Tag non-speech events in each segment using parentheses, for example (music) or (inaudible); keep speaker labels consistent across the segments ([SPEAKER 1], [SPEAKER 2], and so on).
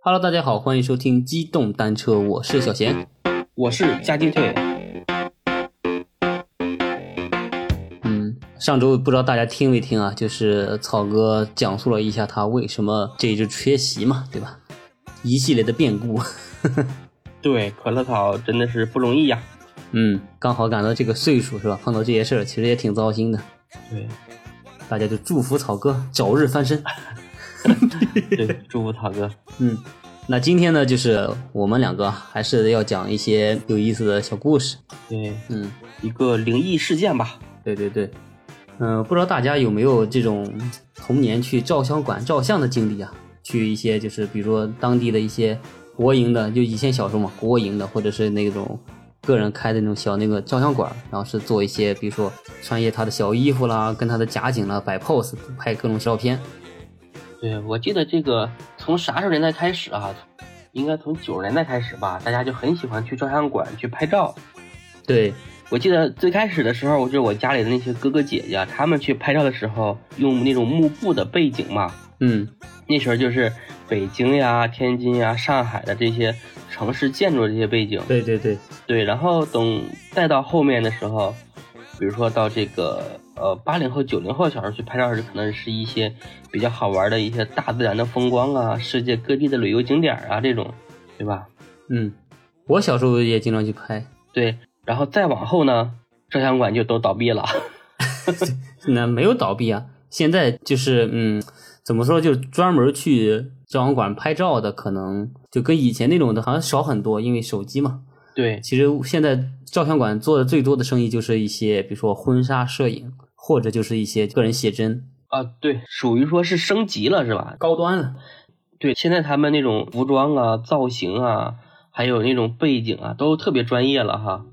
[SPEAKER 1] Hello，大家好，欢迎收听《机动单车》，我是小贤。
[SPEAKER 2] 我是加鸡腿，
[SPEAKER 1] 嗯，上周不知道大家听没听啊？就是草哥讲述了一下他为什么这一周缺席嘛，对吧？一系列的变故，
[SPEAKER 2] 对，可乐草真的是不容易呀。
[SPEAKER 1] 嗯，刚好赶到这个岁数是吧？碰到这些事儿，其实也挺糟心的。
[SPEAKER 2] 对
[SPEAKER 1] 大家就祝福草哥早日翻身。
[SPEAKER 2] (laughs) 对，祝福草哥。
[SPEAKER 1] 嗯，那今天呢，就是我们两个啊还是要讲一些有意思的小故事。
[SPEAKER 2] 对，
[SPEAKER 1] 嗯，
[SPEAKER 2] 一个灵异事件吧。
[SPEAKER 1] 对对对，嗯、不知道大家有没有这种童年去照相馆照相的经历啊？去一些就是比如说当地的一些国营的，就以前小时候嘛，国营的或者是那种个人开的那种小那个照相馆，然后是做一些比如说穿一些他的小衣服啦，跟他的假景啦摆 pose，拍各种照片。
[SPEAKER 2] 对，我记得这个从啥时候年代开始啊？应该从九十年代开始吧，大家就很喜欢去照相馆去拍照。
[SPEAKER 1] 对，
[SPEAKER 2] 我记得最开始的时候，就是我家里的那些哥哥姐姐啊，他们去拍照的时候，用那种幕布的背景嘛，
[SPEAKER 1] 嗯，
[SPEAKER 2] 那时候就是北京呀、天津呀、上海的这些城市建筑的这些背景。
[SPEAKER 1] 对对对，
[SPEAKER 2] 对，然后等再到后面的时候，比如说到这个呃八零后、九零后小时候去拍照时，可能是一些比较好玩的一些大自然的风光啊，世界各地的旅游景点啊这种，对吧？
[SPEAKER 1] 嗯，我小时候也经常去拍，
[SPEAKER 2] 对，然后再往后呢，照相馆就都倒闭了。 (laughs)
[SPEAKER 1] 那没有倒闭啊。现在就是嗯，怎么说，就是专门去照相馆拍照的，可能就跟以前那种的好像少很多，因为手机嘛。
[SPEAKER 2] 对
[SPEAKER 1] 其实现在照相馆做的最多的生意就是一些，比如说婚纱摄影，或者就是一些个人写真，
[SPEAKER 2] 啊，对，属于说是升级了，是吧？
[SPEAKER 1] 高端了。
[SPEAKER 2] 对，现在他们那种服装啊、造型啊，还有那种背景啊，都特别专业了哈。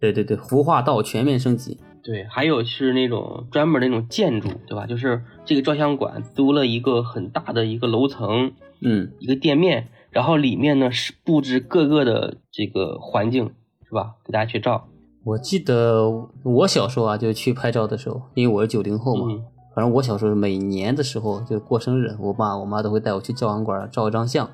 [SPEAKER 1] 对对对，服化道全面升级。
[SPEAKER 2] 对，还有是那种专门那种建筑，对吧？就是这个照相馆租了一个很大的一个楼层，
[SPEAKER 1] 嗯，
[SPEAKER 2] 一个店面，然后里面呢是布置各个的这个环境，是吧？给大家去照。
[SPEAKER 1] 我记得我小时候啊，就去拍照的时候，因为我是九零后嘛，
[SPEAKER 2] 嗯，
[SPEAKER 1] 反正我小时候每年的时候，就过生日，我爸我妈都会带我去照相馆照一张相。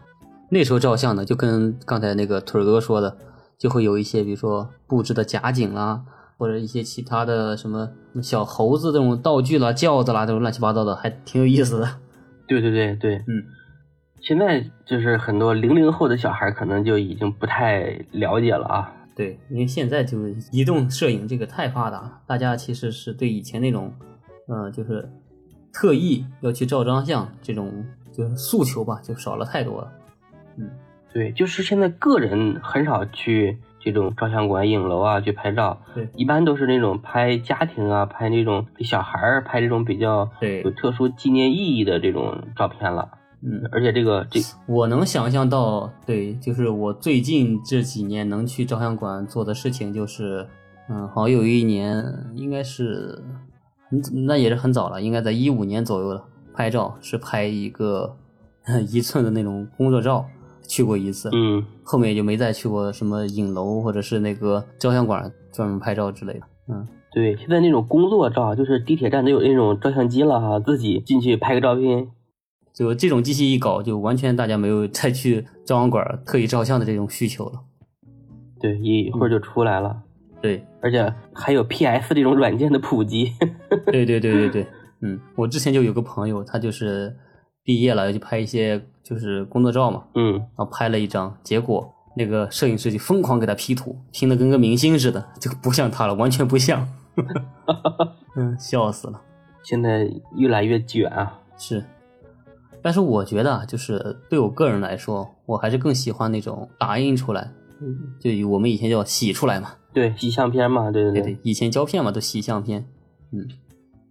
[SPEAKER 1] 那时候照相呢，就跟刚才那个腿儿哥说的，就会有一些比如说布置的假景啦，或者一些其他的什么小猴子这种道具啦、轿子啦，这种乱七八糟的，还挺有意思的。
[SPEAKER 2] 对对对对，
[SPEAKER 1] 嗯。
[SPEAKER 2] 现在就是很多零零后的小孩可能就已经不太了解了啊。
[SPEAKER 1] 对，因为现在就是移动摄影这个太发达了，大家其实是对以前那种，呃，就是特意要去照张相这种就是诉求吧，就少了太多了。
[SPEAKER 2] 对，就是现在个人很少去这种照相馆、影楼啊去拍照，
[SPEAKER 1] 对
[SPEAKER 2] 一般都是那种拍家庭啊，拍那种给小孩儿拍这种比较
[SPEAKER 1] 对
[SPEAKER 2] 有特殊纪念意义的这种照片了。
[SPEAKER 1] 嗯，
[SPEAKER 2] 而且这个这
[SPEAKER 1] 我能想象到，对，就是我最近这几年能去照相馆做的事情，就是，嗯，好像有一年应该是很，那也是很早了，应该在一五年左右了。拍照是拍一个 (laughs) 一寸的那种工作照，去过一次，
[SPEAKER 2] 嗯，
[SPEAKER 1] 后面也就没再去过什么影楼或者是那个照相馆专门拍照之类的。嗯，
[SPEAKER 2] 对，现在那种工作照，就是地铁站都有那种照相机了哈，自己进去拍个照片。
[SPEAKER 1] 就这种机器一搞，就完全大家没有再去照相馆特意照相的这种需求了。
[SPEAKER 2] 对，一会儿
[SPEAKER 1] 嗯
[SPEAKER 2] 就出来了，
[SPEAKER 1] 对，
[SPEAKER 2] 而且还有 PS 这种软件的普及。 (laughs)
[SPEAKER 1] 对对对对对，嗯，我之前就有个朋友，他就是毕业了要去拍一些就是工作照嘛，
[SPEAKER 2] 嗯，
[SPEAKER 1] 然后拍了一张，结果那个摄影师就疯狂给他 P 图，拼的跟个明星似的，就不像他了，完全不像，嗯，笑死了，
[SPEAKER 2] 现在越来越卷啊。
[SPEAKER 1] 是。但是我觉得啊，就是对我个人来说，我还是更喜欢那种打印出来，就我们以前叫洗出来嘛，
[SPEAKER 2] 对，洗相片嘛，对对
[SPEAKER 1] 对
[SPEAKER 2] 对
[SPEAKER 1] 对，以前胶片嘛都洗相片，嗯，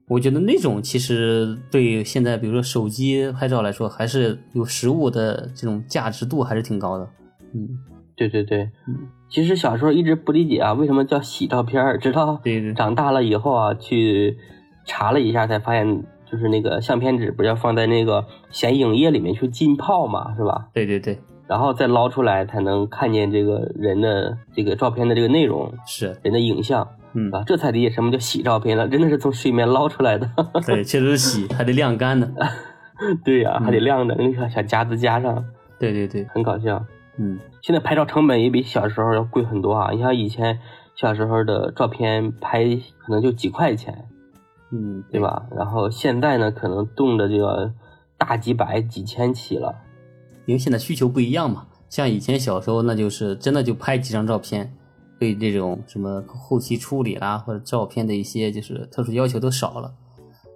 [SPEAKER 1] 我觉得那种其实对现在比如说手机拍照来说，还是有实物的这种价值度还是挺高的，嗯，
[SPEAKER 2] 对对对
[SPEAKER 1] 嗯，
[SPEAKER 2] 其实小时候一直不理解啊，为什么叫洗照片儿，直到
[SPEAKER 1] 对对
[SPEAKER 2] 长大了以后啊，去查了一下才发现，就是那个相片纸不是要放在那个显影液里面去浸泡嘛，是吧？
[SPEAKER 1] 对对对，
[SPEAKER 2] 然后再捞出来才能看见这个人的这个照片的这个内容，
[SPEAKER 1] 是，
[SPEAKER 2] 人的影像
[SPEAKER 1] 嗯，
[SPEAKER 2] 啊，这才理解什么叫洗照片了，真的是从水里面捞出来的。 (laughs)
[SPEAKER 1] 对，确实是洗，还得晾干呢，
[SPEAKER 2] 对呀、
[SPEAKER 1] 嗯
[SPEAKER 2] 还得晾着，那个小夹子夹上。
[SPEAKER 1] 对对对，
[SPEAKER 2] 很搞笑。
[SPEAKER 1] 嗯，
[SPEAKER 2] 现在拍照成本也比小时候要贵很多啊！你像以前小时候的照片拍可能就几块钱，
[SPEAKER 1] 嗯，
[SPEAKER 2] 对？吧？然后现在呢，可能动的就要大几百、几千起了。
[SPEAKER 1] 因为现在需求不一样嘛，像以前小时候那就是真的就拍几张照片，对这种什么后期处理啦或者照片的一些就是特殊要求都少了。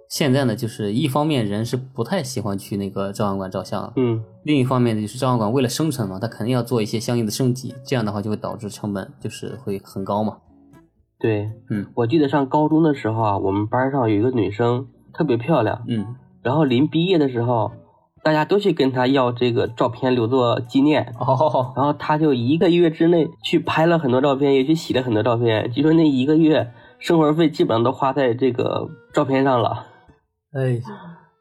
[SPEAKER 1] 现在呢，就是一方面人是不太喜欢去那个照相馆照相了，
[SPEAKER 2] 嗯，
[SPEAKER 1] 另一方面呢，就是照相馆为了生存嘛，它肯定要做一些相应的升级，这样的话就会导致成本就是会很高嘛。
[SPEAKER 2] 对，
[SPEAKER 1] 嗯
[SPEAKER 2] 我记得上高中的时候啊，我们班上有一个女生特别漂亮，
[SPEAKER 1] (laughs) 嗯，
[SPEAKER 2] 然后临毕业的时候，大家都去跟她要这个照片留作纪念。
[SPEAKER 1] 哦，
[SPEAKER 2] 然后她就一个月之内去拍了很多照片，也去洗了很多照片。据说那一个月生活费基本上都花在这个照片上了。
[SPEAKER 1] 哎，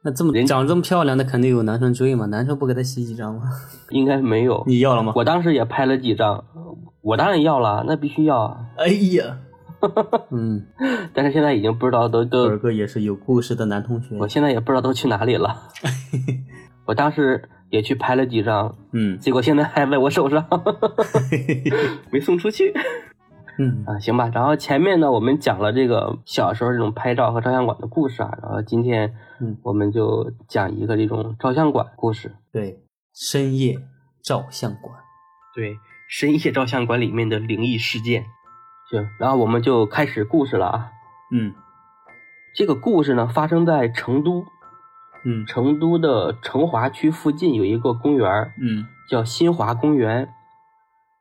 [SPEAKER 1] 那这么
[SPEAKER 2] 人
[SPEAKER 1] 长这么漂亮，那肯定有男生追嘛，男生不给她洗几张吗？
[SPEAKER 2] 应该没有。
[SPEAKER 1] 你要了吗？
[SPEAKER 2] 我当时也拍了几张，我当然要了，那必须要啊！
[SPEAKER 1] 哎 (laughs) 呀，嗯，
[SPEAKER 2] 但是现在已经不知道都
[SPEAKER 1] 尔
[SPEAKER 2] 都，
[SPEAKER 1] 哥也是有故事的男同学，
[SPEAKER 2] 我现在也不知道都去哪里了。我当时也去拍了几张，
[SPEAKER 1] (laughs) 嗯
[SPEAKER 2] 结果现在还在我手上， (laughs) 没送出去
[SPEAKER 1] 嗯
[SPEAKER 2] 啊。行吧，然后前面呢，我们讲了这个小时候这种拍照和照相馆的故事啊，然后今天
[SPEAKER 1] 嗯，
[SPEAKER 2] 我们就讲一个这种照相馆故事。
[SPEAKER 1] 对，深夜照相馆，
[SPEAKER 2] 对，深夜照相馆里面的灵异事件。行，然后我们就开始故事了啊。
[SPEAKER 1] 嗯
[SPEAKER 2] 这个故事呢，发生在成都，
[SPEAKER 1] 嗯
[SPEAKER 2] 成都的成华区附近有一个公园儿
[SPEAKER 1] 嗯
[SPEAKER 2] 叫新华公园。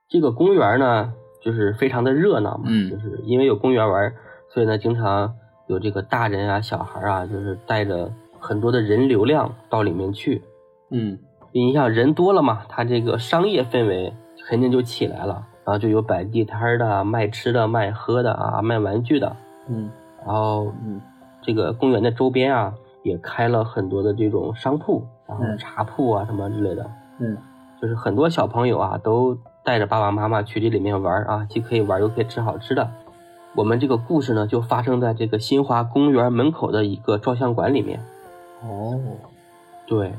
[SPEAKER 2] 这个公园呢，就是非常的热闹嘛，
[SPEAKER 1] 嗯
[SPEAKER 2] 就是因为有公园玩儿，所以呢，经常有这个大人啊、小孩儿啊，就是带着很多的人流量到里面去。
[SPEAKER 1] 嗯
[SPEAKER 2] 你想人多了嘛，它这个商业氛围肯定就起来了，然后就有摆地摊儿的、啊卖吃的、卖喝的啊、卖玩具的，
[SPEAKER 1] 嗯
[SPEAKER 2] 然后
[SPEAKER 1] 嗯
[SPEAKER 2] 这个公园的周边啊，也开了很多的这种商铺，然后
[SPEAKER 1] 嗯
[SPEAKER 2] 茶铺啊什么之类的，
[SPEAKER 1] 嗯
[SPEAKER 2] 就是很多小朋友啊都带着爸爸妈妈去这里面玩儿啊，既可以玩儿又可以吃好吃的。我们这个故事呢，就发生在这个新华公园门口的一个照相馆里面。
[SPEAKER 1] 哦，
[SPEAKER 2] 对，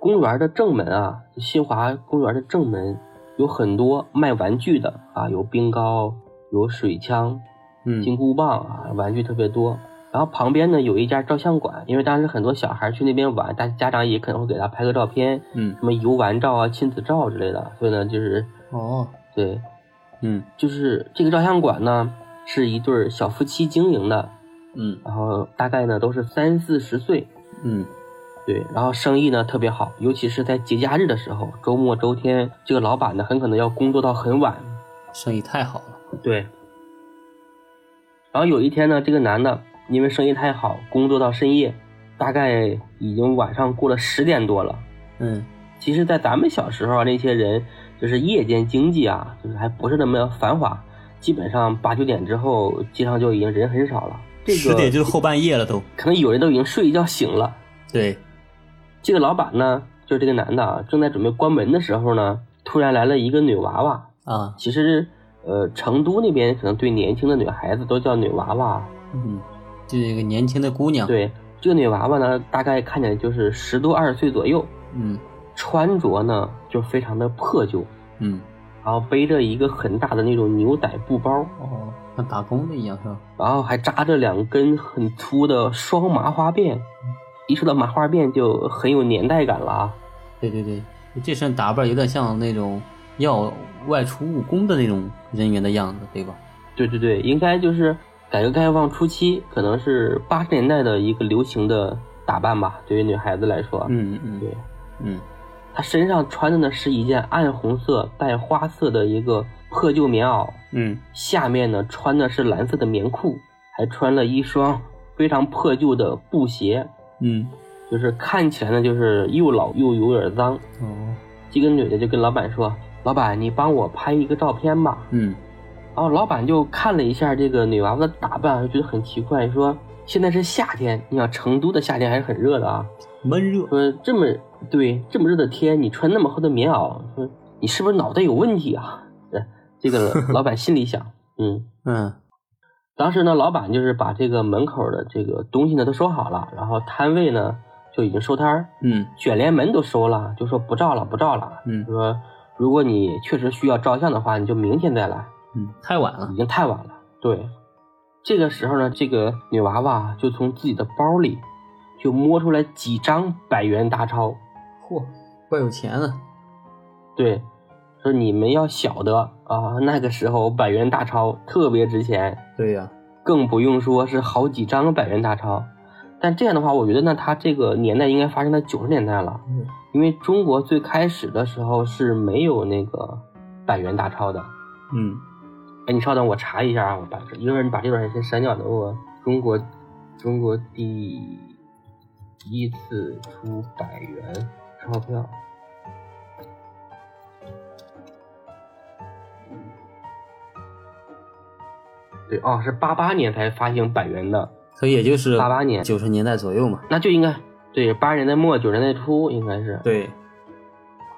[SPEAKER 2] 公园的正门啊，新华公园的正门有很多卖玩具的啊，有冰糕，有水枪，
[SPEAKER 1] 嗯
[SPEAKER 2] 金箍棒啊，玩具特别多。然后旁边呢有一家照相馆，因为当时很多小孩去那边玩，但家长也可能会给他拍个照片，
[SPEAKER 1] 嗯
[SPEAKER 2] 什么游玩照啊、亲子照之类的。所以呢，就是
[SPEAKER 1] 哦
[SPEAKER 2] 对，
[SPEAKER 1] 嗯
[SPEAKER 2] 就是这个照相馆呢是一对儿小夫妻经营的，
[SPEAKER 1] 嗯
[SPEAKER 2] 然后大概呢都是三四十岁，
[SPEAKER 1] 嗯
[SPEAKER 2] 对，然后生意呢特别好，尤其是在节假日的时候，周末周天，这个老板呢很可能要工作到很晚。
[SPEAKER 1] 生意太好了，
[SPEAKER 2] 对。然后有一天呢，这个男的因为生意太好，工作到深夜，大概已经晚上过了十点多了。
[SPEAKER 1] 嗯
[SPEAKER 2] 其实，在咱们小时候啊，那些人就是夜间经济啊，就是还不是那么繁华，基本上八九点之后，街上就已经人很少了。这
[SPEAKER 1] 十点
[SPEAKER 2] 个
[SPEAKER 1] 就是后半夜了都，
[SPEAKER 2] 可能有人都已经睡一觉醒了。
[SPEAKER 1] 对，
[SPEAKER 2] 这个老板呢，就是这个男的啊，正在准备关门的时候呢，突然来了一个女娃娃。
[SPEAKER 1] 啊
[SPEAKER 2] 其实，呃，成都那边可能对年轻的女孩子都叫女娃娃。
[SPEAKER 1] 嗯，就是一个年轻的姑娘，，
[SPEAKER 2] 对，这个女娃娃呢，大概看起来就是十多二十岁左右，
[SPEAKER 1] 嗯
[SPEAKER 2] 穿着呢就非常的破旧，
[SPEAKER 1] 嗯
[SPEAKER 2] 然后背着一个很大的那种牛仔布包，
[SPEAKER 1] 哦，像打工的一样是吧？
[SPEAKER 2] 然后还扎着两根很粗的双麻花辫。一说到麻花辫，就很有年代感了啊。
[SPEAKER 1] 对对对，这身打扮有点像那种要外出务工的那种人员的样子，对吧？
[SPEAKER 2] 对对对，应该就是改革开放初期，可能是八十年代的一个流行的打扮吧。对于女孩子来说，，
[SPEAKER 1] 嗯嗯
[SPEAKER 2] 对，
[SPEAKER 1] 嗯
[SPEAKER 2] 她身上穿的呢是一件暗红色带花色的一个破旧棉袄，
[SPEAKER 1] 嗯
[SPEAKER 2] 下面呢穿的是蓝色的棉裤，还穿了一双非常破旧的布鞋，
[SPEAKER 1] 嗯，
[SPEAKER 2] 就是看起来呢就是又老又有点脏。
[SPEAKER 1] 哦，
[SPEAKER 2] 这个女的就跟老板说：“老板，你帮我拍一个照片吧。”
[SPEAKER 1] 嗯
[SPEAKER 2] 然后老板就看了一下这个女娃娃的打扮，觉得很奇怪，说：“现在是夏天，你想成都的夏天还是很热的啊。
[SPEAKER 1] 闷热，
[SPEAKER 2] 说这么对这么热的天，你穿那么厚的棉袄，说你是不是脑袋有问题啊？”呃这个老板心里想，嗯。
[SPEAKER 1] 嗯
[SPEAKER 2] 当时呢，老板就是把这个门口的这个东西呢都收好了，然后摊位呢就已经收摊儿，
[SPEAKER 1] 嗯
[SPEAKER 2] 卷帘门都收了，就说不照了，不照了。
[SPEAKER 1] 嗯
[SPEAKER 2] 说如果你确实需要照相的话，你就明天再来，
[SPEAKER 1] 嗯，太晚了
[SPEAKER 2] 已，经太晚了。对，这个时候呢，这个女娃娃就从自己的包里就摸出来几张百元大钞，
[SPEAKER 1] 嚯，怪有钱了，
[SPEAKER 2] 对，说你们要晓得啊，那个时候百元大钞特别值钱，
[SPEAKER 1] 对呀、
[SPEAKER 2] 更不用说是好几张百元大钞。但这样的话，我觉得那它这个年代应该发生在九十年代了，
[SPEAKER 1] 嗯
[SPEAKER 2] 因为中国最开始的时候是没有那个百元大钞的。
[SPEAKER 1] 嗯，
[SPEAKER 2] 哎，你稍等，我查一下啊，我把这一会儿你把这段先删掉，等我中国中国第一次出百元钞票。对哦，是八八年才发行百元的，
[SPEAKER 1] 所以也就是
[SPEAKER 2] 88年
[SPEAKER 1] 九十年代左右嘛，
[SPEAKER 2] 那就应该对八十年代末九十年代初应该是。
[SPEAKER 1] 对，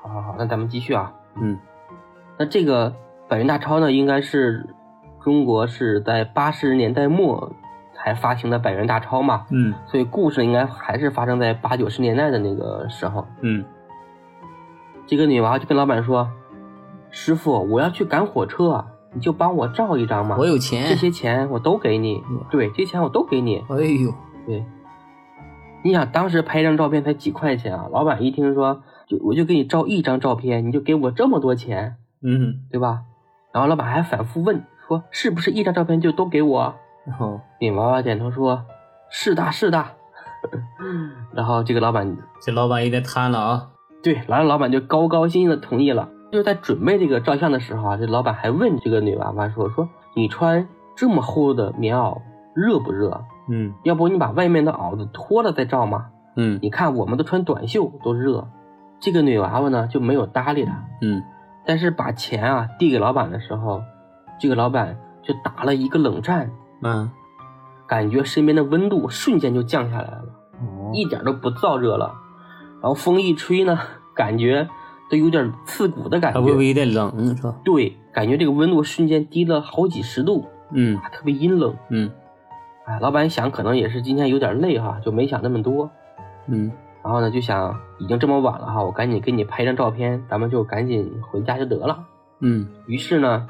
[SPEAKER 2] 好好好，那咱们继续啊。
[SPEAKER 1] 嗯
[SPEAKER 2] 那这个百元大钞呢，应该是中国是在八十年代末才发行的百元大钞嘛，
[SPEAKER 1] 嗯
[SPEAKER 2] 所以故事应该还是发生在八九十年代的那个时候。
[SPEAKER 1] 嗯
[SPEAKER 2] 这个女娃就跟老板说：“师傅，我要去赶火车，啊你就帮我照一张嘛
[SPEAKER 1] 我，有钱
[SPEAKER 2] 这，些钱我都给你
[SPEAKER 1] 嗯。
[SPEAKER 2] 对，这些钱我都给你。
[SPEAKER 1] 哎呦，
[SPEAKER 2] 对，你想当时拍一张照片才几块钱啊？老板一听说，就我就给你照一张照片，你就给我这么多钱，
[SPEAKER 1] 嗯，
[SPEAKER 2] 对吧？然后老板还反复问说，是不是一张照片就都给我？
[SPEAKER 1] 然后
[SPEAKER 2] 女娃娃点头说，是的，是的。 (laughs) 然后这个老板
[SPEAKER 1] 这老板有点贪了啊，
[SPEAKER 2] 对，然后老板就高高兴兴的同意了。就是在准备这个照相的时候啊，这老板还问这个女娃娃说：“说你穿这么厚的棉袄热不热？
[SPEAKER 1] 嗯
[SPEAKER 2] 要不你把外面的袄子脱了再照嘛？
[SPEAKER 1] 嗯
[SPEAKER 2] 你看我们都穿短袖都热。”这个女娃娃呢就没有搭理他，
[SPEAKER 1] 嗯，
[SPEAKER 2] 但是把钱啊递给老板的时候，这个老板就打了一个冷战，
[SPEAKER 1] 啊，
[SPEAKER 2] 感觉身边的温度瞬间就降下来了，
[SPEAKER 1] 哦
[SPEAKER 2] 一点都不燥热了。然后风一吹呢，感觉都有点刺骨的感
[SPEAKER 1] 他会不会
[SPEAKER 2] 觉。
[SPEAKER 1] 有点冷是吧？
[SPEAKER 2] 对，感觉这个温度瞬间低了好几十度，
[SPEAKER 1] 嗯
[SPEAKER 2] 啊特别阴冷。
[SPEAKER 1] 嗯
[SPEAKER 2] 哎，老板想可能也是今天有点累哈、就没想那么多。
[SPEAKER 1] 嗯
[SPEAKER 2] 然后呢，就想已经这么晚了哈，我赶紧给你拍一张照片，咱们就赶紧回家就得了。
[SPEAKER 1] 嗯
[SPEAKER 2] 于是呢，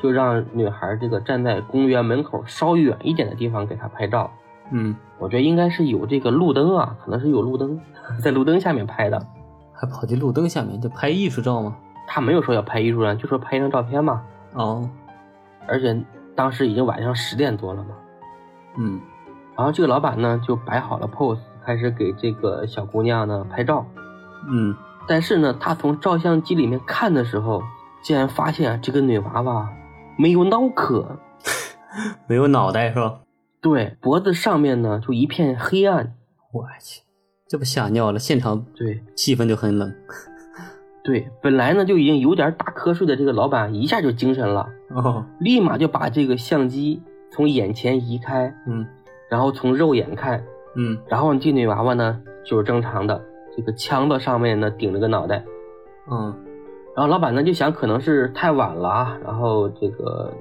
[SPEAKER 2] 就让女孩这个站在公园门口稍远一点的地方给她拍照。
[SPEAKER 1] 嗯，
[SPEAKER 2] 我觉得应该是有这个路灯啊，可能是有路灯，在路灯下面拍的。
[SPEAKER 1] 还跑去路灯下面就拍艺术照吗？
[SPEAKER 2] 她没有说要拍艺术照，就说拍一张照片嘛。
[SPEAKER 1] 哦，
[SPEAKER 2] 而且当时已经晚上十点多了嘛。
[SPEAKER 1] 嗯
[SPEAKER 2] 然后这个老板呢就摆好了 pose，开始给这个小姑娘呢拍照。
[SPEAKER 1] 嗯，
[SPEAKER 2] 但是呢，他从照相机里面看的时候，竟然发现啊这个女娃娃没有脑壳，
[SPEAKER 1] 没有脑袋是吧？
[SPEAKER 2] 对，脖子上面呢就一片黑暗。
[SPEAKER 1] 我去，这不吓尿了，现场
[SPEAKER 2] 对，
[SPEAKER 1] 气氛就很冷。
[SPEAKER 2] 对，本来呢就已经有点打瞌睡的这个老板一下就精神了，
[SPEAKER 1] 哦，
[SPEAKER 2] 立马就把这个相机从眼前移开，
[SPEAKER 1] 嗯
[SPEAKER 2] 然后从肉眼看，
[SPEAKER 1] 嗯，
[SPEAKER 2] 然后这女娃娃呢就是正常的，这个枪子上面呢顶着个脑袋。
[SPEAKER 1] 嗯
[SPEAKER 2] 然后老板呢就想可能是太晚了啊，然后这个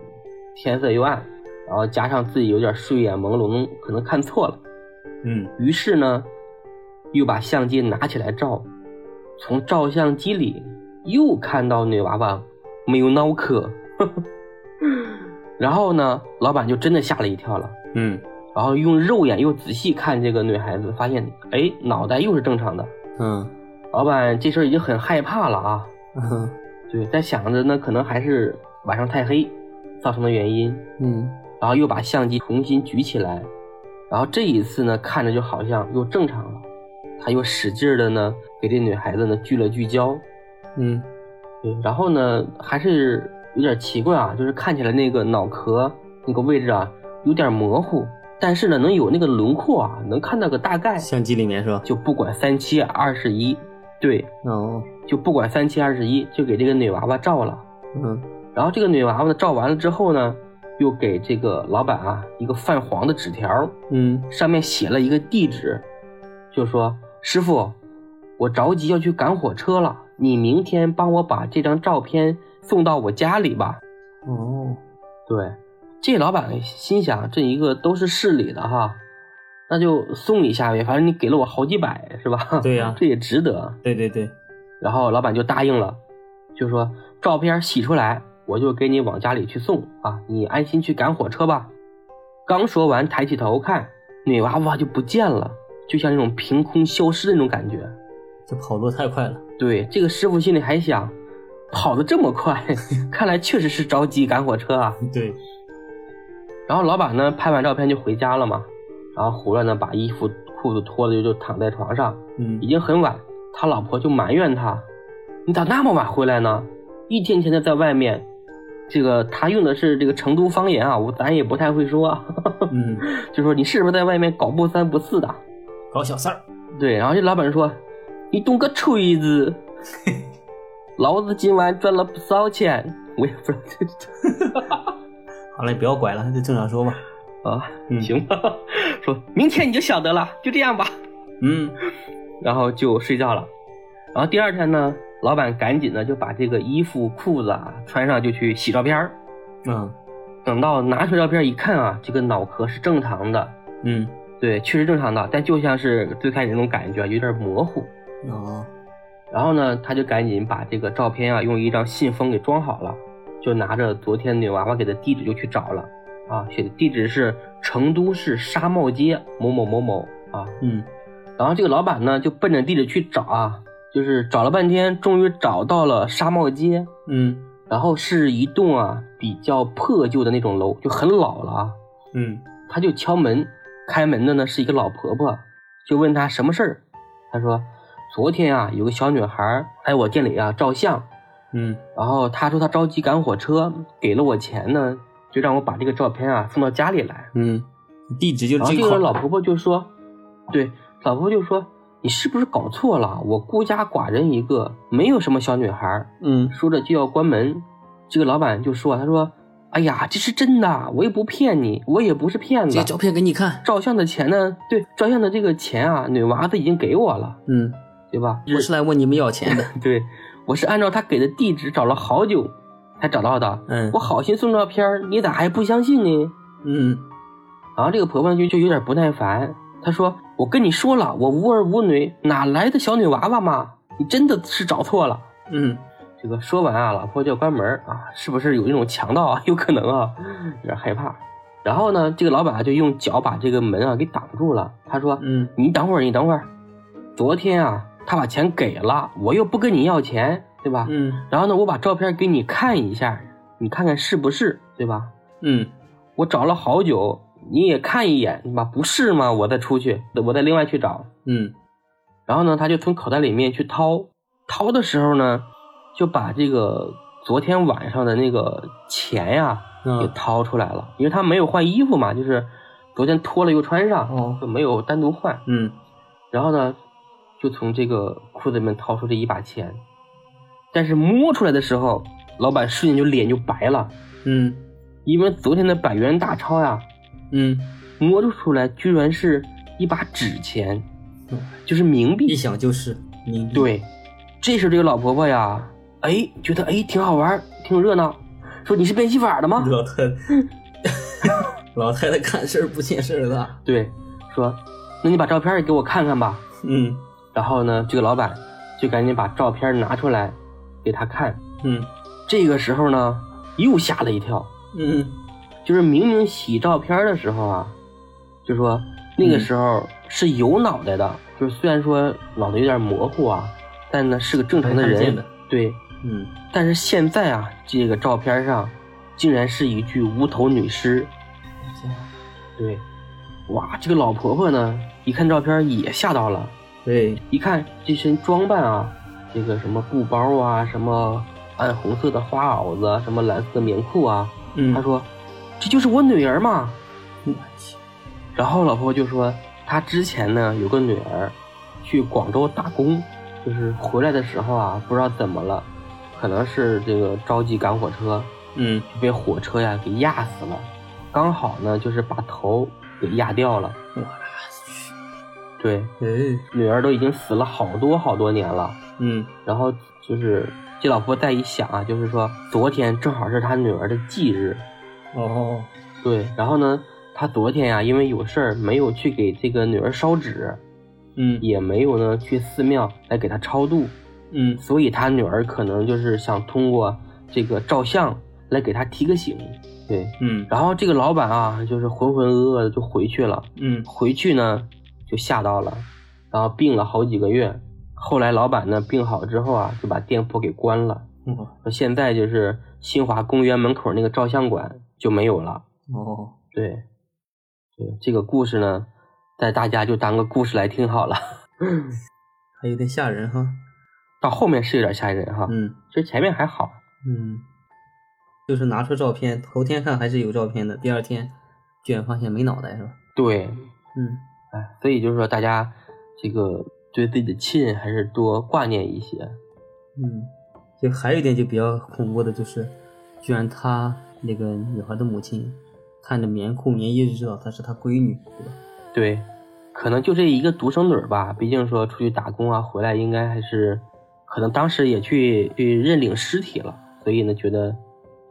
[SPEAKER 2] 天色又暗，然后加上自己有点睡眼朦胧，可能看错了，
[SPEAKER 1] 嗯，
[SPEAKER 2] 于是呢又把相机拿起来照，从照相机里又看到女娃娃没有脑壳， (laughs) 然后呢老板就真的吓了一跳了。
[SPEAKER 1] 嗯
[SPEAKER 2] 然后用肉眼又仔细看这个女孩子，发现哎脑袋又是正常的。
[SPEAKER 1] 嗯
[SPEAKER 2] 老板这事儿已经很害怕了啊，
[SPEAKER 1] 嗯
[SPEAKER 2] 对，但想着呢可能还是晚上太黑造成的原因，
[SPEAKER 1] 嗯
[SPEAKER 2] 然后又把相机重新举起来，然后这一次呢看着就好像又正常了，他又使劲的呢给这女孩子呢聚了聚焦，
[SPEAKER 1] 嗯
[SPEAKER 2] 对，然后呢还是有点奇怪啊，就是看起来那个脑壳那个位置啊有点模糊，但是呢能有那个轮廓啊，能看到个大概。
[SPEAKER 1] 相机里面是吧？
[SPEAKER 2] 就不管三七二十一，对，
[SPEAKER 1] 哦，
[SPEAKER 2] 就不管三七二十一，就给这个女娃娃照了。
[SPEAKER 1] 嗯
[SPEAKER 2] 然后这个女娃娃呢照完了之后呢，又给这个老板啊一个泛黄的纸条，
[SPEAKER 1] 嗯
[SPEAKER 2] 上面写了一个地址，就说师傅，我着急要去赶火车了，你明天帮我把这张照片送到我家里吧。
[SPEAKER 1] 哦，
[SPEAKER 2] 对，这老板心想，这一个都是市里的哈，那就送你一下呗，反正你给了我好几百，是吧？
[SPEAKER 1] 对呀
[SPEAKER 2] (laughs) 这也值得。
[SPEAKER 1] 对对对，
[SPEAKER 2] 然后老板就答应了，就说照片洗出来，我就给你往家里去送啊，你安心去赶火车吧。刚说完，抬起头看，女娃娃就不见了，就像那种凭空消失的那种感觉。
[SPEAKER 1] 这跑路太快了。
[SPEAKER 2] 对，这个师傅心里还想，跑得这么快， (laughs) 看来确实是着急赶火车啊。
[SPEAKER 1] 对，
[SPEAKER 2] 然后老板呢，拍完照片就回家了嘛，然后胡乱呢把衣服裤子脱了就就躺在床上，
[SPEAKER 1] 嗯
[SPEAKER 2] 已，经很晚，他老婆就埋怨他：“你咋那么晚回来呢？一天天的在外面。”这个他用的是这个成都方言啊，我咱也不太会说啊， (laughs)
[SPEAKER 1] 嗯，
[SPEAKER 2] 就说你是不是在外面搞不三不四的？
[SPEAKER 1] 搞小三儿，
[SPEAKER 2] 对，然后这老板说：“你懂个锤子，老子今晚赚了不少钱。”我也不知道这这
[SPEAKER 1] 好了，你不要拐了，就正常说吧。
[SPEAKER 2] 啊，
[SPEAKER 1] 嗯，，
[SPEAKER 2] 行吧，说明天你就晓得了，就这样吧。
[SPEAKER 1] 嗯，
[SPEAKER 2] 然后就睡觉了。然后第二天呢，老板赶紧呢就把这个衣服、裤子啊穿上就去洗照片儿。
[SPEAKER 1] 嗯，
[SPEAKER 2] 等到拿出照片一看啊，这个脑壳是正常的，
[SPEAKER 1] 嗯，
[SPEAKER 2] 对，确实正常的，但就像是最开始那种感觉啊有点模糊。
[SPEAKER 1] 哦，
[SPEAKER 2] 然后呢，他就赶紧把这个照片啊用一张信封给装好了，就拿着昨天女娃娃给的地址就去找了。啊，写的地址是成都市沙帽街某某某某啊，
[SPEAKER 1] 嗯，
[SPEAKER 2] 然后这个老板呢就奔着地址去找啊，就是找了半天，终于找到了沙帽街，
[SPEAKER 1] 嗯，
[SPEAKER 2] 然后是一栋啊比较破旧的那种楼，就很老了啊。
[SPEAKER 1] 嗯，
[SPEAKER 2] 他就敲门，开门的呢是一个老婆婆，就问他什么事儿。他说，昨天啊有个小女孩来我店里啊照相，
[SPEAKER 1] 嗯，
[SPEAKER 2] 然后她说她着急赶火车，给了我钱呢，就让我把这个照片啊送到家里来。
[SPEAKER 1] 嗯，地址就是
[SPEAKER 2] 然后
[SPEAKER 1] 这
[SPEAKER 2] 这个
[SPEAKER 1] 块。
[SPEAKER 2] 老婆婆就说：“对，老婆婆就说你是不是搞错了？我孤家寡人一个，没有什么小女孩儿。
[SPEAKER 1] 嗯”
[SPEAKER 2] 说着就要关门，这个老板就说：“他说，哎呀，这是真的，我也不骗你，我也不是骗子
[SPEAKER 1] 这。照片给你看。
[SPEAKER 2] 照相的钱呢？对，照相的这个钱啊，女娃子已经给我了，
[SPEAKER 1] 嗯，
[SPEAKER 2] 对吧？
[SPEAKER 1] 我是来问你们要钱的。
[SPEAKER 2] 对，我是按照她给的地址找了好久才找到的。
[SPEAKER 1] 嗯
[SPEAKER 2] (laughs) 我好心送照片儿，你咋还不相信呢？”
[SPEAKER 1] 嗯
[SPEAKER 2] 然后这个婆婆就就有点不耐烦，她说：“我跟你说了，我无儿无女，哪来的小女娃娃嘛？你真的是找错了。
[SPEAKER 1] 嗯，”
[SPEAKER 2] 这个说完啊，老婆就要关门啊，是不是有那种强盗啊？有 (laughs) 可能啊，有点害怕。然后呢，这个老板啊就用脚把这个门啊给挡住了。他说：“
[SPEAKER 1] 嗯
[SPEAKER 2] 你等会儿，你等会儿，昨天啊，他把钱给了，我又不跟你要钱，对吧？
[SPEAKER 1] 嗯
[SPEAKER 2] 然后呢，我把照片给你看一下，你看看是不是，对吧？
[SPEAKER 1] 嗯
[SPEAKER 2] 我找了好久，你也看一眼，对吧？不是吗？我再出去，我再另外去找。
[SPEAKER 1] 嗯
[SPEAKER 2] 然后呢，他就从口袋里面去掏，掏的时候呢，就把这个昨天晚上的那个钱呀、给
[SPEAKER 1] 嗯，
[SPEAKER 2] 掏出来了，因为他没有换衣服嘛，就是昨天脱了又穿上，
[SPEAKER 1] 哦，
[SPEAKER 2] 就没有单独换。
[SPEAKER 1] 嗯
[SPEAKER 2] 然后呢，就从这个裤子里面掏出这一把钱，但是摸出来的时候，老板瞬间就脸就白了，
[SPEAKER 1] 嗯
[SPEAKER 2] 因为昨天的百元大钞呀、
[SPEAKER 1] 嗯，
[SPEAKER 2] 摸出出来，居然是一把纸钱
[SPEAKER 1] 嗯，
[SPEAKER 2] 就是冥
[SPEAKER 1] 一
[SPEAKER 2] 币。
[SPEAKER 1] 想就是你，
[SPEAKER 2] 对，这时候这个老婆婆呀，哎，觉得哎挺好玩儿，挺热闹，说你是变戏法的吗？
[SPEAKER 1] 老太老太 (laughs) 太看事儿不见事儿大。
[SPEAKER 2] 对，说那你把照片儿给我看看吧。
[SPEAKER 1] 嗯
[SPEAKER 2] 然后呢，这个老板就赶紧把照片儿拿出来给他看。
[SPEAKER 1] 嗯
[SPEAKER 2] 这个时候呢，又吓了一跳，
[SPEAKER 1] 嗯
[SPEAKER 2] 就是明明洗照片的时候啊，就说那个时候
[SPEAKER 1] 嗯
[SPEAKER 2] 是有脑袋的，就是虽然说脑袋有点模糊啊，但呢是个正常的
[SPEAKER 1] 看不见
[SPEAKER 2] 人，
[SPEAKER 1] 的
[SPEAKER 2] 对。
[SPEAKER 1] 嗯，
[SPEAKER 2] 但是现在啊，这个照片上竟然是一具无头女尸，对，哇，这个老婆婆呢，一看照片也吓到了，
[SPEAKER 1] 对，
[SPEAKER 2] 一看这身装扮啊，这个什么布包啊，什么暗红色的花袄子，什么蓝色的棉裤啊，
[SPEAKER 1] 嗯，
[SPEAKER 2] 她说，这就是我女儿嘛。
[SPEAKER 1] 我去，
[SPEAKER 2] 然后老婆就说，她之前呢有个女儿，去广州打工，就是回来的时候啊，不知道怎么了，可能是这个着急赶火车，
[SPEAKER 1] 嗯
[SPEAKER 2] 就被火车呀给压死了，刚好呢就是把头给压掉了。
[SPEAKER 1] 我去，
[SPEAKER 2] 对，
[SPEAKER 1] 哎，
[SPEAKER 2] 女儿都已经死了好多好多年了。
[SPEAKER 1] 嗯
[SPEAKER 2] 然后就是这老婆再一想啊，就是说昨天正好是她女儿的忌日，
[SPEAKER 1] 哦，
[SPEAKER 2] 对，然后呢，他昨天呀、因为有事儿没有去给这个女儿烧纸，
[SPEAKER 1] 嗯
[SPEAKER 2] 也没有呢去寺庙来给她超度，
[SPEAKER 1] 嗯
[SPEAKER 2] 所以他女儿可能就是想通过这个照相来给他提个醒。对，
[SPEAKER 1] 嗯
[SPEAKER 2] 然后这个老板啊，就是浑浑噩噩的就回去了，
[SPEAKER 1] 嗯
[SPEAKER 2] 回去呢就吓到了，然后病了好几个月。后来老板呢病好之后啊，就把店铺给关了。
[SPEAKER 1] 哦
[SPEAKER 2] 说现在就是新华公园门口那个照相馆就没有了。
[SPEAKER 1] 哦，
[SPEAKER 2] 对，对，这个故事呢，在大家就当个故事来听好了。
[SPEAKER 1] 还有点吓人哈。
[SPEAKER 2] 到后面是有点吓人哈，
[SPEAKER 1] 嗯
[SPEAKER 2] 其实前面还好。
[SPEAKER 1] 嗯，就是拿出照片，头天看还是有照片的，第二天居然发现没脑袋是吧？
[SPEAKER 2] 对，
[SPEAKER 1] 嗯
[SPEAKER 2] 哎，所以就是说，大家这个对自己的亲人还是多挂念一些。
[SPEAKER 1] 嗯，就还有一点就比较恐怖的就是，居然他那个女孩的母亲看着棉裤棉衣就知道她是他闺女，对吧？
[SPEAKER 2] 对，可能就这一个独生女儿吧，毕竟说出去打工啊，回来应该还是，可能当时也去去认领尸体了，所以呢，觉得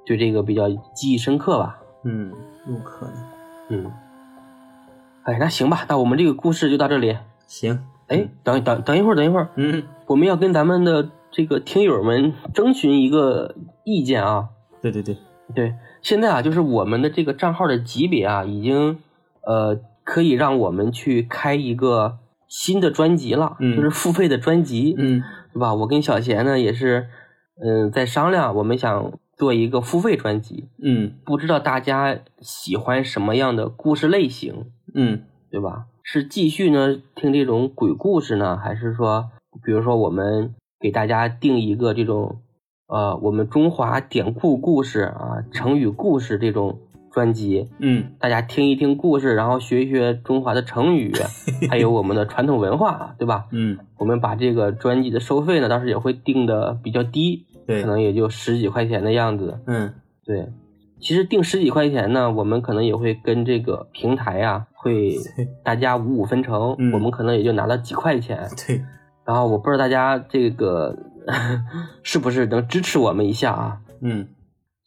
[SPEAKER 2] 对这个比较记忆深刻吧。
[SPEAKER 1] 嗯，有可能。
[SPEAKER 2] 嗯，哎，那行吧，那我们这个故事就到这里。
[SPEAKER 1] 行，
[SPEAKER 2] 哎，等等等一会儿，等一会儿，
[SPEAKER 1] 嗯，
[SPEAKER 2] 我们要跟咱们的这个听友们征询一个意见啊。
[SPEAKER 1] 对对对，
[SPEAKER 2] 对，现在啊，就是我们的这个账号的级别啊，已经呃可以让我们去开一个新的专辑了，
[SPEAKER 1] 嗯
[SPEAKER 2] 就是付费的专辑，
[SPEAKER 1] 嗯
[SPEAKER 2] 对吧？我跟小贤呢也是，嗯、在商量，我们想做一个付费专辑，
[SPEAKER 1] 嗯
[SPEAKER 2] 不知道大家喜欢什么样的故事类型，
[SPEAKER 1] 嗯
[SPEAKER 2] 对吧？是继续呢听这种鬼故事呢，还是说，比如说我们给大家定一个这种，呃，我们中华典故故事啊、成语故事这种专辑，
[SPEAKER 1] 嗯，
[SPEAKER 2] 大家听一听故事，然后学一学中华的成语，还有我们的传统文化啊，对吧？
[SPEAKER 1] 嗯，
[SPEAKER 2] 我们把这个专辑的收费呢，当时也会定的比较低，
[SPEAKER 1] 对
[SPEAKER 2] 可，能也就十几块钱的样子。
[SPEAKER 1] 嗯
[SPEAKER 2] 对，其实定十几块钱呢，我们可能也会跟这个平台啊，会
[SPEAKER 1] 对
[SPEAKER 2] 大家五五分成，
[SPEAKER 1] 嗯
[SPEAKER 2] 我们可能也就拿到几块钱。
[SPEAKER 1] 对，
[SPEAKER 2] 然后我不知道大家这个 (laughs) 是不是能支持我们一下啊？
[SPEAKER 1] 嗯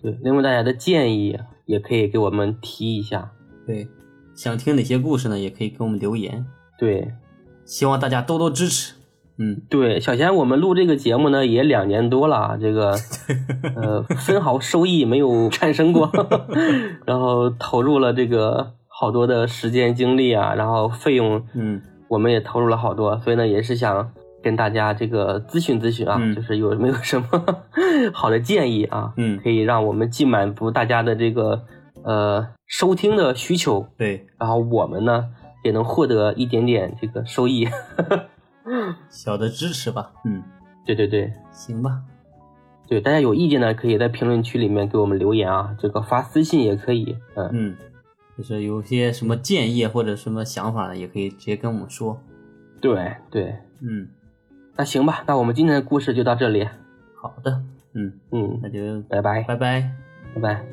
[SPEAKER 2] 对，另外大家的建议也可以给我们提一下。
[SPEAKER 1] 对，想听哪些故事呢？也可以给我们留言，
[SPEAKER 2] 对
[SPEAKER 1] 希望大家多多支持。嗯，
[SPEAKER 2] 对，小贤，我们录这个节目呢也两年多了，啊，这个呃分毫收益没有产生过， (laughs) 然后投入了这个好多的时间精力啊，然后费用
[SPEAKER 1] 嗯
[SPEAKER 2] 我们也投入了好多，所以呢，也是想跟大家这个咨询咨询啊，
[SPEAKER 1] 嗯
[SPEAKER 2] 就是有没有什么 (laughs) 好的建议啊，
[SPEAKER 1] (laughs) 嗯，
[SPEAKER 2] 可以让我们既满足大家的这个呃收听的需求，
[SPEAKER 1] 对，
[SPEAKER 2] 然后我们呢也能获得一点点这个收益。 (laughs)
[SPEAKER 1] 小的支持吧。嗯，
[SPEAKER 2] 对对对
[SPEAKER 1] 行吧。
[SPEAKER 2] 对，大家有意见呢，可以在评论区里面给我们留言啊，这个发私信也可以。嗯，
[SPEAKER 1] 嗯，就是有些什么建议或者什么想法呢，也可以直接跟我们说。
[SPEAKER 2] 对对，
[SPEAKER 1] 嗯，
[SPEAKER 2] 那行吧，那我们今天的故事就到这里。
[SPEAKER 1] 好的。嗯，
[SPEAKER 2] 嗯
[SPEAKER 1] 那，就
[SPEAKER 2] 拜拜，
[SPEAKER 1] 拜拜。
[SPEAKER 2] 拜拜。